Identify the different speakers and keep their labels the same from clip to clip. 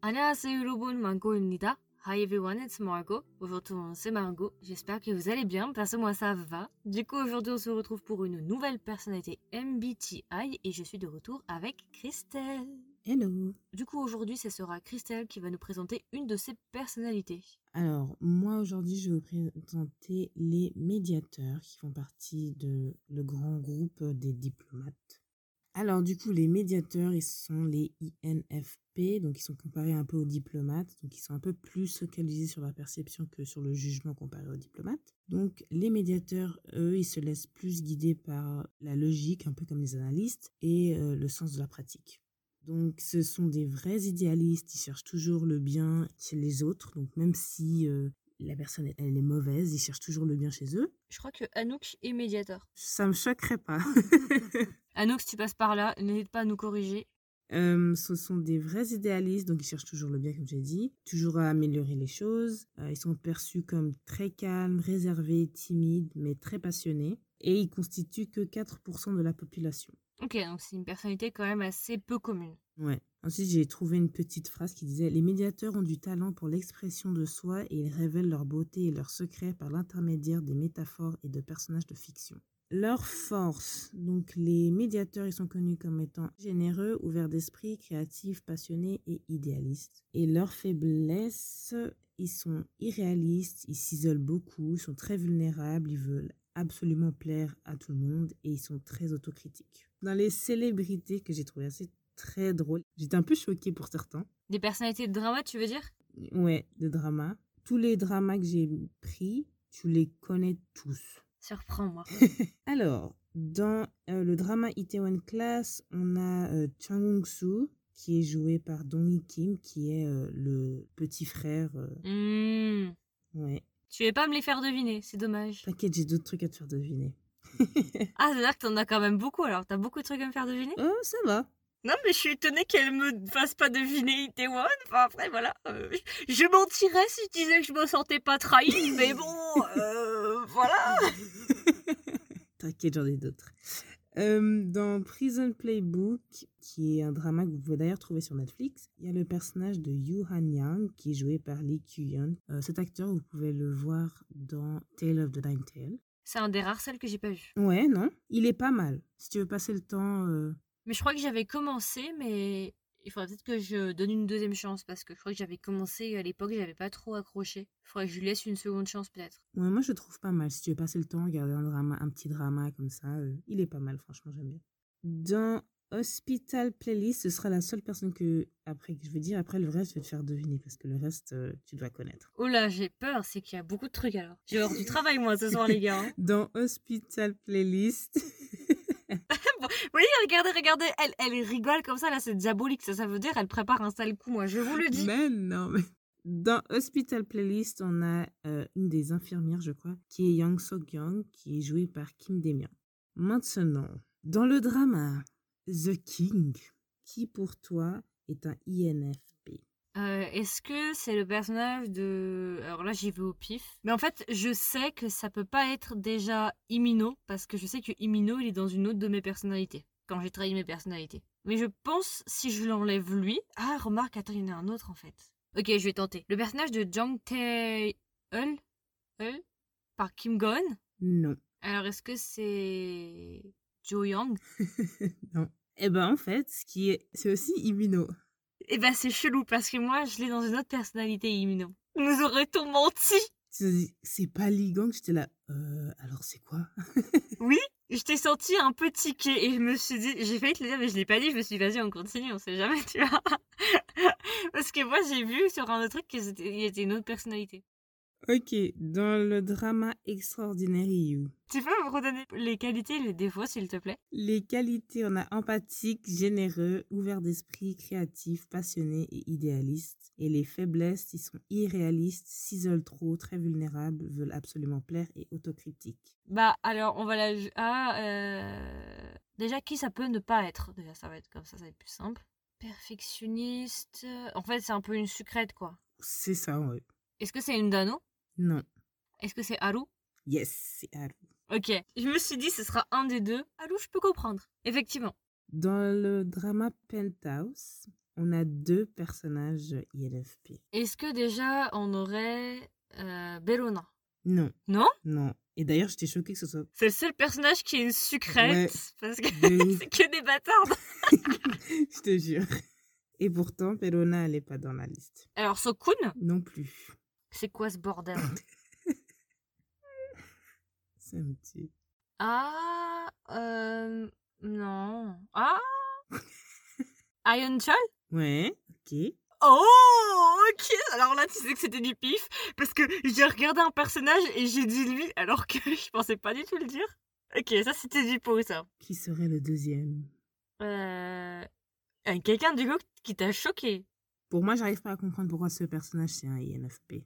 Speaker 1: 안녕하세요 여러분, 망고입니다. Hi everyone, it's Margot. Aujourd'hui, c'est Margot. J'espère que vous allez bien, parce que moi ça va. Du coup, aujourd'hui, on se retrouve pour une nouvelle personnalité MBTI et je suis de retour avec Christelle.
Speaker 2: Hello.
Speaker 1: Du coup, aujourd'hui, ce sera Christelle qui va nous présenter une de ses personnalités.
Speaker 2: Alors, moi aujourd'hui, je vais vous présenter les médiateurs qui font partie de le grand groupe des diplomates. Alors, du coup, les médiateurs, ils sont les INFP, donc ils sont comparés un peu aux diplomates, donc ils sont un peu plus focalisés sur la perception que sur le jugement comparé aux diplomates. Donc, les médiateurs, eux, ils se laissent plus guider par la logique, un peu comme les analystes, et euh, le sens de la pratique. Donc ce sont des vrais idéalistes, ils cherchent toujours le bien chez les autres, donc même si euh, la personne est- elle est mauvaise, ils cherchent toujours le bien chez eux.
Speaker 1: Je crois que Anouk est médiateur.
Speaker 2: Ça me choquerait pas.
Speaker 1: Anouk, si tu passes par là, n'hésite pas à nous corriger.
Speaker 2: Euh, ce sont des vrais idéalistes, donc ils cherchent toujours le bien, comme j'ai dit, toujours à améliorer les choses. Euh, ils sont perçus comme très calmes, réservés, timides, mais très passionnés. Et ils constituent que 4% de la population.
Speaker 1: Ok, donc c'est une personnalité quand même assez peu commune.
Speaker 2: Ouais. Ensuite, j'ai trouvé une petite phrase qui disait Les médiateurs ont du talent pour l'expression de soi et ils révèlent leur beauté et leurs secrets par l'intermédiaire des métaphores et de personnages de fiction. Leur force. Donc, les médiateurs, ils sont connus comme étant généreux, ouverts d'esprit, créatifs, passionnés et idéalistes. Et leur faiblesse, ils sont irréalistes, ils s'isolent beaucoup, ils sont très vulnérables, ils veulent absolument plaire à tout le monde et ils sont très autocritiques. Dans les célébrités que j'ai trouvées assez très drôle. J'étais un peu choquée pour certains.
Speaker 1: Des personnalités de drama, tu veux dire
Speaker 2: Ouais, de drama. Tous les dramas que j'ai pris, tu les connais tous.
Speaker 1: Surprends-moi.
Speaker 2: Alors, dans euh, le drama Itaewon Class, on a euh, Chang Wung-soo qui est joué par Dong Hee Kim, qui est euh, le petit frère. euh,
Speaker 1: Hmm.
Speaker 2: ouais.
Speaker 1: Tu veux pas me les faire deviner, c'est dommage.
Speaker 2: T'inquiète, j'ai d'autres trucs à te faire deviner.
Speaker 1: Ah, c'est-à-dire que t'en as quand même beaucoup alors, t'as beaucoup de trucs à me faire deviner
Speaker 2: oh, ça va.
Speaker 1: Non, mais je suis étonnée qu'elle me fasse pas deviner Itaewon. Enfin, après, voilà. euh, je je mentirais si je disais que je me sentais pas trahie, mais bon, euh, voilà.
Speaker 2: T'inquiète, j'en ai d'autres. Euh, dans Prison Playbook, qui est un drama que vous pouvez d'ailleurs trouver sur Netflix, il y a le personnage de Yoo Han Yang qui est joué par Lee Kyun. cet acteur, vous pouvez le voir dans Tale of the Nine Tail.
Speaker 1: C'est un des rares celles que j'ai pas vu.
Speaker 2: Ouais, non Il est pas mal. Si tu veux passer le temps. euh,
Speaker 1: Mais je crois que j'avais commencé, mais il faudrait peut-être que je donne une deuxième chance parce que je crois que j'avais commencé à l'époque, j'avais pas trop accroché. Il faudrait que je lui laisse une seconde chance peut-être.
Speaker 2: Ouais, moi je le trouve pas mal. Si tu veux passer le temps, regarder un drama, un petit drama comme ça, euh, il est pas mal, franchement, j'aime bien. Dans Hospital Playlist, ce sera la seule personne que après que je vais dire. Après le reste, je vais te faire deviner parce que le reste, euh, tu dois connaître.
Speaker 1: Oh là, j'ai peur, c'est qu'il y a beaucoup de trucs alors. J'ai hors du travail moi ce soir les gars. hein.
Speaker 2: Dans Hospital Playlist.
Speaker 1: Oui, regardez, regardez, elle, elle rigole comme ça, là, c'est diabolique, ça, ça veut dire, elle prépare un sale coup, moi, je vous le dis.
Speaker 2: mais non, mais- Dans Hospital Playlist, on a euh, une des infirmières, je crois, qui est Yang Sok Young, qui est jouée par Kim Demian. Maintenant, dans le drama The King, qui pour toi est un INFP
Speaker 1: Euh, Est-ce que c'est le personnage de... Alors là, j'y vais au pif. Mais en fait, je sais que ça peut pas être déjà Imino, parce que je sais que Imino, il est dans une autre de mes personnalités, quand j'ai trahi mes personnalités. Mais je pense, si je l'enlève lui... Ah, remarque, attends, il y en a un autre, en fait. Ok, je vais tenter. Le personnage de Jang Tae-eul Eul par Kim Gon.
Speaker 2: Non.
Speaker 1: Alors, est-ce que c'est... Jo Young
Speaker 2: non. Eh ben, en fait, ce qui est, c'est aussi Imino.
Speaker 1: Eh ben c'est chelou parce que moi je l'ai dans une autre personnalité Imino. Nous aurait-on menti
Speaker 2: Tu te dis, C'est pas Lee Gang, j'étais là. Euh, alors c'est quoi
Speaker 1: Je t'ai senti un peu tiquer et je me suis dit, j'ai failli te le dire mais je l'ai pas dit, je me suis dit vas-y on continue, on sait jamais tu vois. parce que moi j'ai vu sur un autre truc qu'il y était une autre personnalité.
Speaker 2: Ok, dans le drama Extraordinary You,
Speaker 1: Tu peux me redonner les qualités et les défauts s'il te plaît
Speaker 2: Les qualités, on a empathique, généreux, ouvert d'esprit, créatif, passionné et idéaliste. Et les faiblesses, ils sont irréalistes, s'isolent trop, très vulnérables, veulent absolument plaire et autocritiques.
Speaker 1: Bah alors on va la... ju- Ah euh... Déjà qui ça peut ne pas être Déjà ça va être comme ça, ça va être plus simple. Perfectionniste... En fait c'est un peu une sucrète quoi.
Speaker 2: C'est ça, ouais.
Speaker 1: Est-ce que c'est une Dano
Speaker 2: Non.
Speaker 1: Est-ce que c'est Haru
Speaker 2: Yes, c'est Haru.
Speaker 1: Ok, je me suis dit ce sera un des deux. Allô, je peux comprendre. Effectivement.
Speaker 2: Dans le drama Penthouse, On a deux personnages ILFP.
Speaker 1: Est-ce que déjà on aurait euh, Bellona
Speaker 2: Non.
Speaker 1: Non
Speaker 2: Non. Et d'ailleurs, j'étais choquée que ce soit
Speaker 1: C'est le seul personnage qui est une sucrète
Speaker 2: Ouais.
Speaker 1: parce que
Speaker 2: de ouf,
Speaker 1: c'est que des bâtards.
Speaker 2: je te jure. Et pourtant, Pelona, elle n'est pas dans la liste.
Speaker 1: Alors Sokun,
Speaker 2: Non plus.
Speaker 1: c'est quoi ce bordel
Speaker 2: C'est un petit.
Speaker 1: Ah, euh, non. Ah Iron Child
Speaker 2: Ouais, ok.
Speaker 1: Oh, ok. Alors là, tu sais que c'était du pif parce que j'ai regardé un personnage et j'ai dit lui alors que je pensais pas du tout le dire. Ok, ça c'était du pot ça.
Speaker 2: Qui serait le deuxième
Speaker 1: Euh... euh, Quelqu'un du coup qui t'a choqué.
Speaker 2: Pour moi, j'arrive pas à comprendre pourquoi ce personnage, c'est un INFP.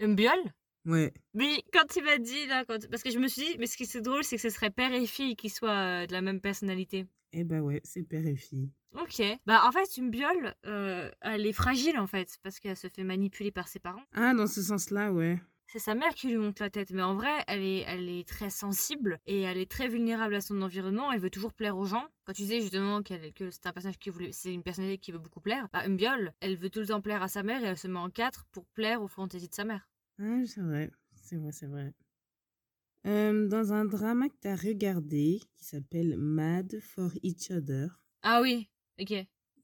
Speaker 1: Umbiol
Speaker 2: Ouais.
Speaker 1: Mais quand il m'a dit là, quand... parce que je me suis dit, mais ce qui c'est drôle, c'est que ce serait père et fille qui soient euh, de la même personnalité.
Speaker 2: Eh bah ouais, c'est père et fille.
Speaker 1: Ok. Bah en fait, une biole, euh, elle est fragile en fait, parce qu'elle se fait manipuler par ses parents.
Speaker 2: Ah, dans ce sens-là, ouais.
Speaker 1: C'est sa mère qui lui monte la tête, mais en vrai, elle est, elle est très sensible et elle est très vulnérable à son environnement. Elle veut toujours plaire aux gens. Quand tu disais justement qu'elle, que c'est un personnage qui voulait, c'est une personnalité qui veut beaucoup plaire, bah, une biole, elle veut tout le temps plaire à sa mère et elle se met en quatre pour plaire aux fantaisies de sa mère.
Speaker 2: Ah, c'est vrai. C'est vrai, c'est vrai. Euh, dans un drama que t'as regardé, qui s'appelle Mad for Each Other,
Speaker 1: Ah oui, ok.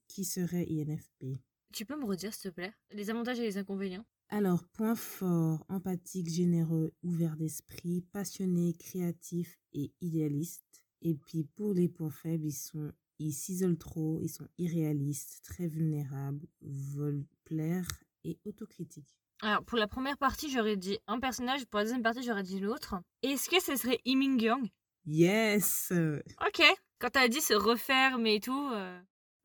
Speaker 2: qui serait INFP
Speaker 1: Tu peux me redire s'il te plaît les avantages et les inconvénients
Speaker 2: Alors, point fort, empathique, généreux, ouvert d'esprit, passionné, créatif et idéaliste. Et puis pour les points faibles, ils sont ils s'isolent trop, ils sont irréalistes, très vulnérables, veulent plaire et autocritiques.
Speaker 1: Alors, pour la première partie, j'aurais dit un personnage, pour la deuxième partie, j'aurais dit l'autre. Est-ce que ce serait Iming Yang
Speaker 2: Yes
Speaker 1: Ok. Quand t'as dit se referme et tout. euh,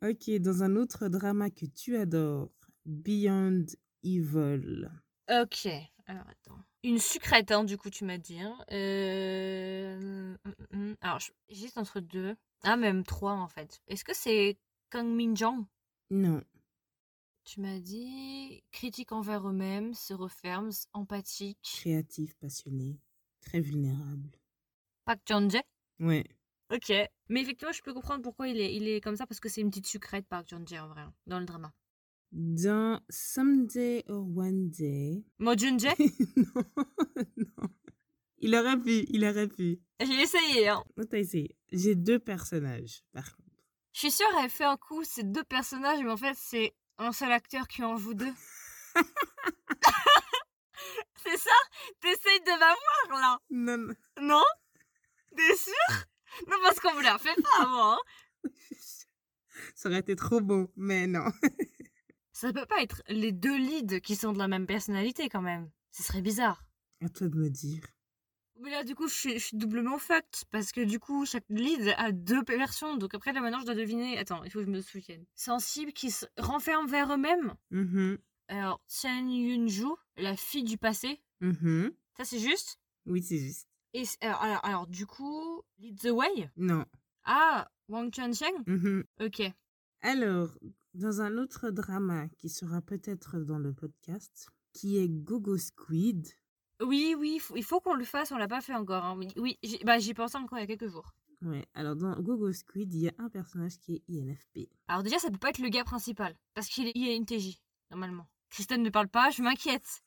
Speaker 2: Ok, dans un autre drama que tu adores, Beyond Evil.
Speaker 1: Ok. Alors, attends. Une sucrète, hein, du coup, tu m'as dit. hein. Euh... hum, hum. Alors, je- j'hésite entre deux. Ah, même trois, en fait. Est-ce que c'est Kang Min Jong
Speaker 2: Non,
Speaker 1: Tu m'as dit critique envers eux-mêmes, se referme, empathique.
Speaker 2: créatif, passionné, très vulnérable.
Speaker 1: Pak Jong-jae
Speaker 2: Ouais,
Speaker 1: Ok. Mais effectivement, je peux comprendre pourquoi il est, il est comme ça, parce que c'est une petite sucrète par John Jay en vrai, hein, dans le drama.
Speaker 2: dans Someday or One Day,
Speaker 1: Moi, John Jay,
Speaker 2: non, non. Il aurait pu, il aurait pu.
Speaker 1: j'ai essayé. Hein.
Speaker 2: Non, t'as essayé. J'ai deux personnages, par contre.
Speaker 1: Je suis sûre, elle fait un coup, ces deux personnages, mais en fait, c'est un seul acteur qui en joue deux. c'est ça T'essayes de m'avoir, là
Speaker 2: Non, non.
Speaker 1: Non T'es sûre Non, parce qu'on me l'a fait pas avant. hein.
Speaker 2: Ça aurait été trop beau, mais non.
Speaker 1: Ça peut pas être les deux leads qui sont de la même personnalité, quand même. Ce serait bizarre.
Speaker 2: À toi de me dire.
Speaker 1: Mais là, du coup, je suis, je suis doublement fucked parce que du coup, chaque lead a deux versions. Donc après, là, maintenant, je dois deviner. Attends, il faut que je me souvienne. Sensibles qui se renferment vers eux-mêmes.
Speaker 2: Mhm,
Speaker 1: Alors, Chen Yunju, la fille du passé.
Speaker 2: mhm.
Speaker 1: Ça, c'est juste.
Speaker 2: Oui, c'est juste.
Speaker 1: Et c'est- alors, alors, alors, du coup, Lead the Way.
Speaker 2: Non.
Speaker 1: Ah, Wang Chun-Cheng.
Speaker 2: Mhm.
Speaker 1: Ok.
Speaker 2: Alors, dans un autre drama qui sera peut-être dans le podcast, qui est Gogo Squid.
Speaker 1: Oui, oui, faut- il faut qu'on le fasse. On l'a pas fait encore. hein. Oui, Oui, j'y bah, j'y pensais encore il y a quelques jours.
Speaker 2: Ouais, alors dans Gogo Squid, il y a un personnage qui est INFP.
Speaker 1: Alors déjà, ça peut pas être le gars principal parce qu'il est INTJ, normalement. Kristen ne parle pas, je m'inquiète.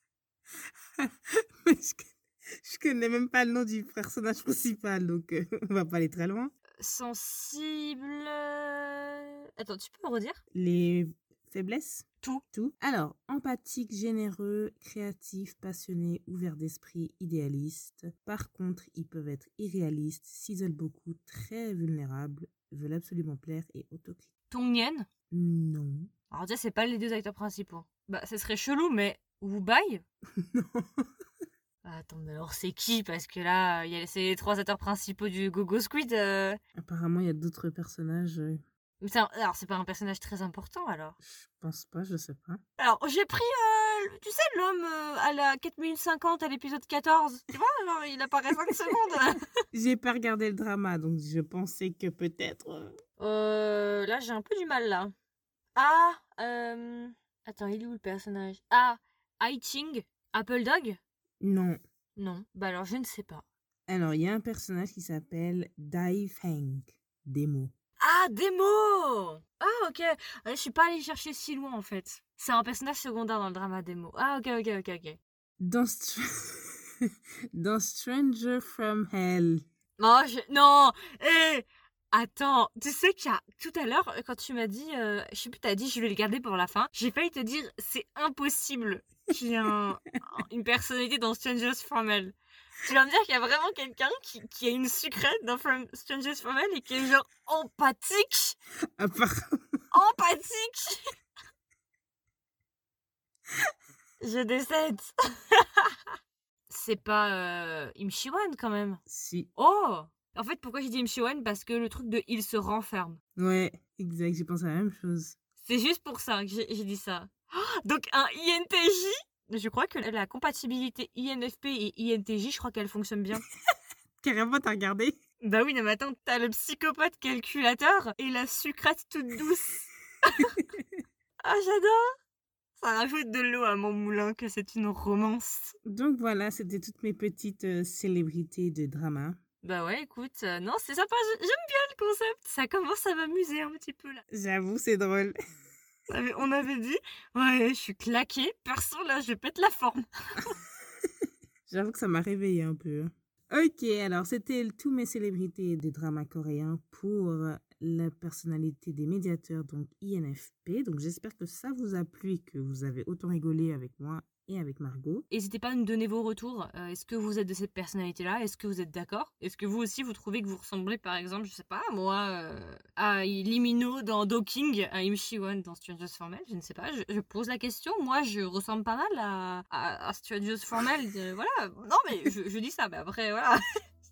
Speaker 2: Mais je, connais- je connais même pas le nom du personnage principal, donc euh, on va pas aller très loin.
Speaker 1: sensible. euh, Attends, tu peux me redire
Speaker 2: Les faiblesses
Speaker 1: Tout.
Speaker 2: Tout. Alors, empathique, généreux, créatif, passionné, ouvert d'esprit, idéaliste. Par contre, ils peuvent être irréalistes, s'isolent beaucoup, très vulnérables, veulent absolument plaire et autocritiques.
Speaker 1: Tong Yen
Speaker 2: Non.
Speaker 1: Alors déjà, c'est pas les deux acteurs principaux. Bah, ça serait chelou, mais Wu Bai
Speaker 2: Non.
Speaker 1: Attends, mais alors c'est qui Parce que là, il y a- c'est les trois acteurs principaux du Gogo Squid. euh.
Speaker 2: Apparemment, il y a d'autres personnages. euh,
Speaker 1: Mais c'est un- Alors, c'est pas un personnage très important, alors.
Speaker 2: Je pense pas, je sais pas.
Speaker 1: Alors, j'ai pris, euh, le- tu sais, l'homme euh, à la 4 minutes 50 à l'épisode 14. Tu vois, genre, il apparaît 5 secondes.
Speaker 2: J'ai pas regardé le drama, donc je pensais que peut-être. euh,
Speaker 1: Euh, là, j'ai un peu du mal, là. Ah, euh... Attends, il est où le personnage Ah, Ai Ching Apple Dog
Speaker 2: Non.
Speaker 1: Non. Bah alors, je ne sais pas.
Speaker 2: Alors, il y a un personnage qui s'appelle Dai Feng. Des mots.
Speaker 1: Ah, des mots Ah, ok. Ah, Je suis pas allée chercher si loin en fait. C'est un personnage secondaire dans le drama des mots. Ah, ok, ok, ok, ok.
Speaker 2: Dans, Str- dans Stranger from Hell.
Speaker 1: Non, Oh, je... non Eh Attends, tu sais qu'il y a tout à l'heure, quand tu m'as dit, euh, je sais plus, t'as dit je vais le garder pour la fin, j'ai failli te dire c'est impossible qu'il y ait un- une personnalité dans Strangers From Hell. Tu vas me dire qu'il y a vraiment quelqu'un qui, qui a une sucrète dans From- Strangers From Hell et qui est genre empathique
Speaker 2: À part-
Speaker 1: Empathique Je décède C'est pas euh, Imchiwan quand même
Speaker 2: Si.
Speaker 1: Oh En fait, pourquoi j'ai dit Imchiwan Parce que le truc de il se renferme.
Speaker 2: Ouais, exact, j'ai pensé à la même chose.
Speaker 1: C'est juste pour ça que j'ai j'ai dit ça. Oh, Donc un INTJ Je crois que la compatibilité INFP et INTJ, je crois qu'elle fonctionne bien.
Speaker 2: Carrément, t'as regardé
Speaker 1: bah oui, non mais attends, t'as le psychopathe calculateur et la sucrate toute douce. ah, j'adore Ça rajoute de l'eau à mon moulin que c'est une romance.
Speaker 2: Donc voilà, c'était toutes mes petites euh, célébrités de drama.
Speaker 1: Bah ouais, écoute, euh, non, c'est sympa, j- j'aime bien le concept. Ça commence à m'amuser un petit peu là.
Speaker 2: J'avoue, c'est drôle.
Speaker 1: On avait- On avait dit, ouais, je suis claquée, perso, là, je pète la forme.
Speaker 2: J'avoue que ça m'a réveillée un peu. Ok, alors c'était le- tous mes célébrités des dramas coréens pour la personnalité des médiateurs, donc INFP. Donc j'espère que ça vous a plu et que vous avez autant rigolé avec moi et avec Margot.
Speaker 1: N'hésitez pas à nous donner vos retours. Euh, Est-ce que vous êtes de cette personnalité-là Est-ce que vous êtes d'accord Est-ce que vous aussi, vous trouvez que vous ressemblez, par exemple, je sais pas, moi, euh, à Limino dans Docking, à Imchiwan dans Studios Formel Je ne sais pas, je, je pose la question. Moi, je ressemble pas mal à, à, à Studios Formel. euh, voilà, non, mais je, je dis ça, mais après, voilà.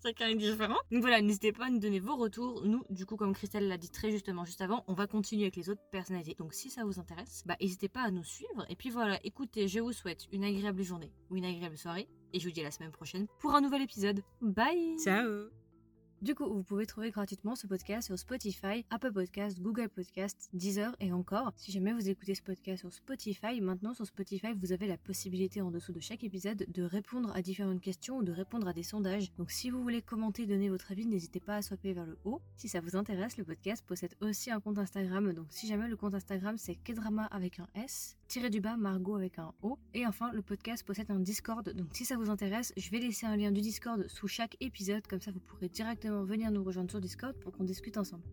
Speaker 1: Chacun est différent. Donc voilà, n'hésitez pas à nous donner vos retours. Nous, du coup, comme Christelle l'a dit très justement juste avant, on va continuer avec les autres personnalités. Donc si ça vous intéresse, bah n'hésitez pas à nous suivre. Et puis voilà, écoutez, je vous souhaite une agréable journée ou une agréable soirée. Et je vous dis à la semaine prochaine pour un nouvel épisode. Bye
Speaker 2: Ciao
Speaker 1: Du coup, vous pouvez trouver gratuitement ce podcast sur Spotify, Apple Podcast, Google Podcast, Deezer et encore. Si jamais vous écoutez ce podcast sur Spotify, maintenant sur Spotify, vous avez la possibilité en dessous de chaque épisode de répondre à différentes questions ou de répondre à des sondages. Donc si vous voulez commenter, donner votre avis, n'hésitez pas à swapper vers le haut. Si ça vous intéresse, le podcast possède aussi un compte Instagram. Donc si jamais le compte Instagram c'est Kedrama avec un S, tiré du bas Margot avec un O. Et enfin, le podcast possède un Discord. Donc si ça vous intéresse, je vais laisser un lien du Discord sous chaque épisode. Comme ça, vous pourrez directement venir nous rejoindre sur Discord pour qu'on discute ensemble.